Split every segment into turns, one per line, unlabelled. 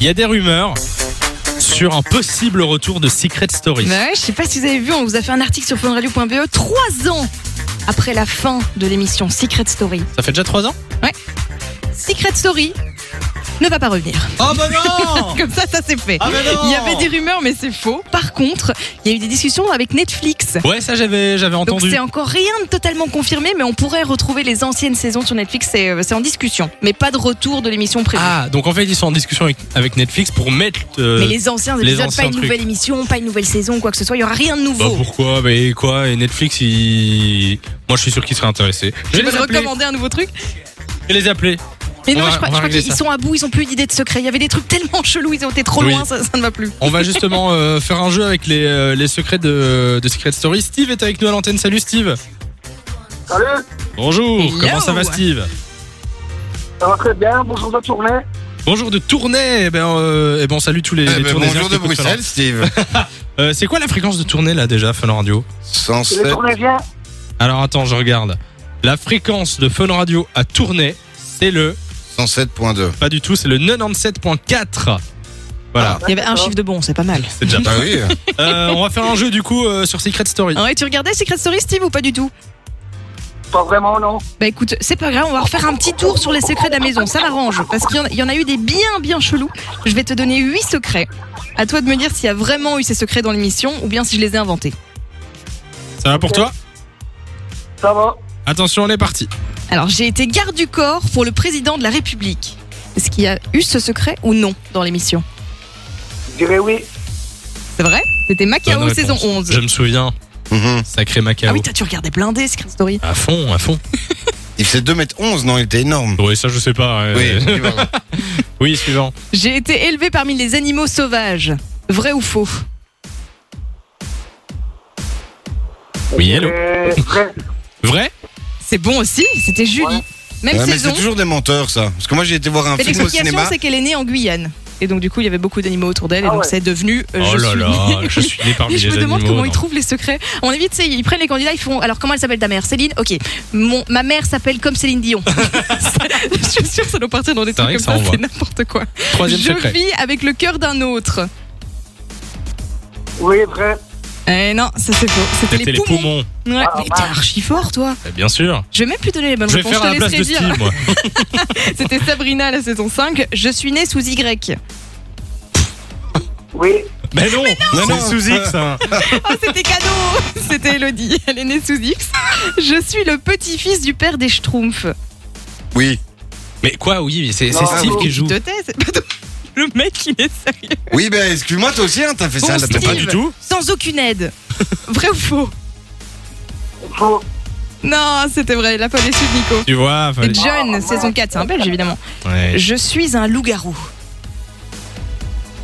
Il y a des rumeurs sur un possible retour de Secret Story.
Bah ouais, je sais pas si vous avez vu, on vous a fait un article sur funradio.be E trois ans après la fin de l'émission Secret Story.
Ça fait déjà trois ans
Secret Story ne va pas revenir.
Oh bah non
Comme ça, ça c'est fait.
Ah bah non
Il y avait des rumeurs, mais c'est faux. Par contre, il y a eu des discussions avec Netflix.
Ouais, ça j'avais j'avais
Donc
entendu.
c'est encore rien de totalement confirmé, mais on pourrait retrouver les anciennes saisons sur Netflix, c'est euh, c'est en discussion. Mais pas de retour de l'émission prévue.
Ah, donc en fait ils sont en discussion avec, avec Netflix pour mettre. euh,
mais les anciens
les
épisodes,
anciens
pas une
trucs.
nouvelle émission, pas une nouvelle saison, quoi que ce soit, il n'y aura rien de
Bah
nouveau.
pourquoi Mais quoi Et Netflix, ils- moi je suis sûr qu'ils seraient intéressés. Je vais
je vais
les
te
appeler.
recommander un nouveau truc.
Je vais les appeler.
Mais
On
non,
va-
je crois,
on
je
va
crois
régler
qu'ils
ça.
sont à bout, ils ont plus d'idée de secret. Il y avait des trucs tellement chelous, ils ont été trop
Oui.
loin, ça, ça ne va plus.
On va justement euh, faire un jeu avec les, euh, les secrets de, de Secret Story. Steve est avec nous à l'antenne. Salut Steve.
Salut,
Bonjour.
Hello.
Comment ça va Steve
ça va très bien, bonjour à tourner.
Bonjour de Tournai. Eh ben, euh, eh ben, on salue tous les,
Eh
les
ben,
Tournaisiens
bonjour
qui
de
écoutent Fun
Bruxelles, Steve.
Radio. Euh, C'est quoi la fréquence de Tournai là déjà, Fun Radio
Les
107.
tournées viennent
Alors attends, je regarde. La fréquence de Fun Radio à Tournai, c'est le
107.2.
pas du tout, c'est le 97.4. Voilà,
Il y avait un chiffre de bon, c'est pas mal.
c'est déjà pas.
Bah oui.
Ah. Euh, on va faire un jeu du coup euh, sur Secret Story.
Ah Ouais, tu regardais Secret Story, Steve, ou pas du tout
Pas vraiment, non.
Bah écoute, c'est pas grave, on va refaire un petit tour sur les secrets de la maison, ça l'arrange. Parce qu'il y en a- il y, en a eu des bien, bien chelous. Je vais te donner 8 secrets. À toi de me dire s'il y a vraiment eu ces secrets dans l'émission ou bien si je les ai inventés.
Ça va pour toi
Ça va,
Attention, on est parti.
Alors, j'ai été garde du corps pour le président de la République. Est-ce qu'il y a eu ce secret ou non dans l'émission
je dirais oui.
C'est vrai C'était Macao
Bonne
saison
réponse.
11.
Je me souviens,
Mhm.
sacré Macao.
Ah oui, toi, tu regardais blindé Secret Story.
à fond, à fond.
Il faisait 2m11, non, il était énorme.
Oui, ça je sais pas.
Oui,
euh,
pardon.
oui, suivant.
J'ai été élevé parmi les animaux sauvages. Vrai ou faux
Oui, hello.
Euh, vrai.
Vrai
C'est bon aussi, c'était Julie.
Ouais.
Même
Ouais, mais
saison.
c'est toujours des menteurs, ça. Parce que moi, j'ai été voir un
Mais
film au
l'explication,
cinéma.
c'est qu'elle est née en Guyane. Et donc, du coup, il y avait beaucoup d'animaux autour d'elle. et
Ah
donc,
ouais.
c'est devenu. euh,
Oh
je
là
suis
là,
née.
je suis né parmi
Et je
les
me demande
animaux,
comment ils
non.
trouvent les secrets. On évite, c'est, ils prennent les candidats, ils font. Alors, comment elle s'appelle ta mère Céline Ok. Mon, ma mère s'appelle comme Céline Dion. je suis sûre, ça doit partir dans des
C'est vrai
trucs
que
comme
ça
ça,
envoie.
c'est n'importe quoi.
Troisième
je
secret.
vis avec le cœur d'un autre.
Oui, vrai.
Eh non, ça c'est faux. C'était les,
C'était les poumons.
Ouais.
Ah,
Mais t'es archi fort, toi.
Eh Bien sûr.
Je vais même plus donner les bonnes
Je vais
réponses.
faire à
je te
la place
laisserai
de
dire.
Steve, moi.
C'était Sabrina la saison 5. Je suis née sous Y.
Oui,
Mais non,
non
c'est sous X. hein.
Oh, c'était cadeau C'était Elodie. Elle est née sous X. Je suis le petit-fils du père des Schtroumpfs.
Oui,
Mais quoi, oui, c'est c'est
Non,
Steve
non.
qui joue.
De thèse Pardon. Le mec, il est sérieux.
oui, ben excuse-moi, toi aussi, hein, t'as fait
Bon,
ça. là, t'as
Steve.
pas
Pas
du-
du tout.
Sans aucune aide. Vrai ou faux
faux.
Non, c'était vrai. La femme est sous Nico.
Tu vois, fallait-
Et John, saison 4, c'est un belge évidemment.
Ouais.
Je suis un loup-garou.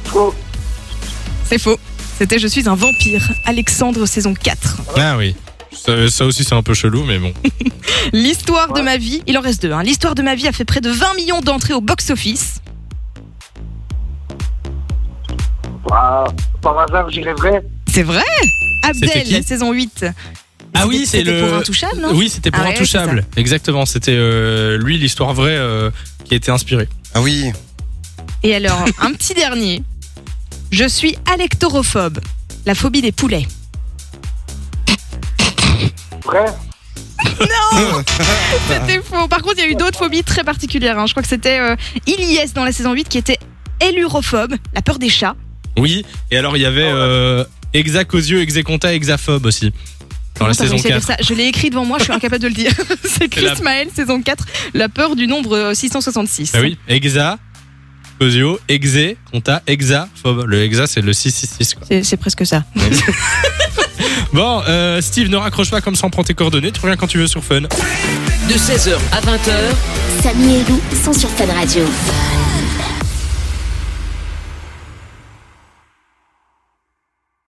Faux.
C'est faux. C'était Je suis un vampire. Alexandre, saison 4.
Ah oui. Ça, ça aussi, c'est un peu chelou, mais bon.
L'histoire de
Ouais.
ma vie, il en reste deux. hein. L'histoire de ma vie a fait près de 20 millions d'entrées au box-office.
Bah, par hasard, je dirais vrai.
C'est vrai
C'était qui
Abdel, saison 8.
Ah oui,
C'était-
c'est
c'était
le-
pour intouchable, non
Oui, c'était pour
Ah ouais,
Intouchable. Exactement. C'était euh, lui, l'histoire vraie euh, qui a été inspirée.
Ah oui.
Et alors, un petit dernier. Je suis alectorophobe, la phobie des poulets.
Vrai.
Ah.
C'était faux. Par contre, il y a eu d'autres phobies très particulières. hein. Je crois que c'était euh, Ilyes dans la saison 8 qui était élurophobe, la peur des chats.
Oui. Et alors, il y
Ah
avait euh, Exac aux yeux, Execonta, Exaphobe aussi. Dans la
Comment t'as
saison
réussi à
4.
dire ça Je l'ai écrit devant moi, je suis incapable de le dire. C'est Chris
la-
Maël, saison 4, la peur du nombre euh, 666.
Ah oui. Exa, Cosio, Exe, Conta, Exaphobe. Le Exa, c'est le 666. Quoi.
C'est c'est presque ça.
Bon, euh, Steve, ne raccroche pas comme ça, on prend tes coordonnées. Tu reviens quand tu veux sur Fun.
De 16h à 20h,
Samy et Lou sont sur Fun Radio.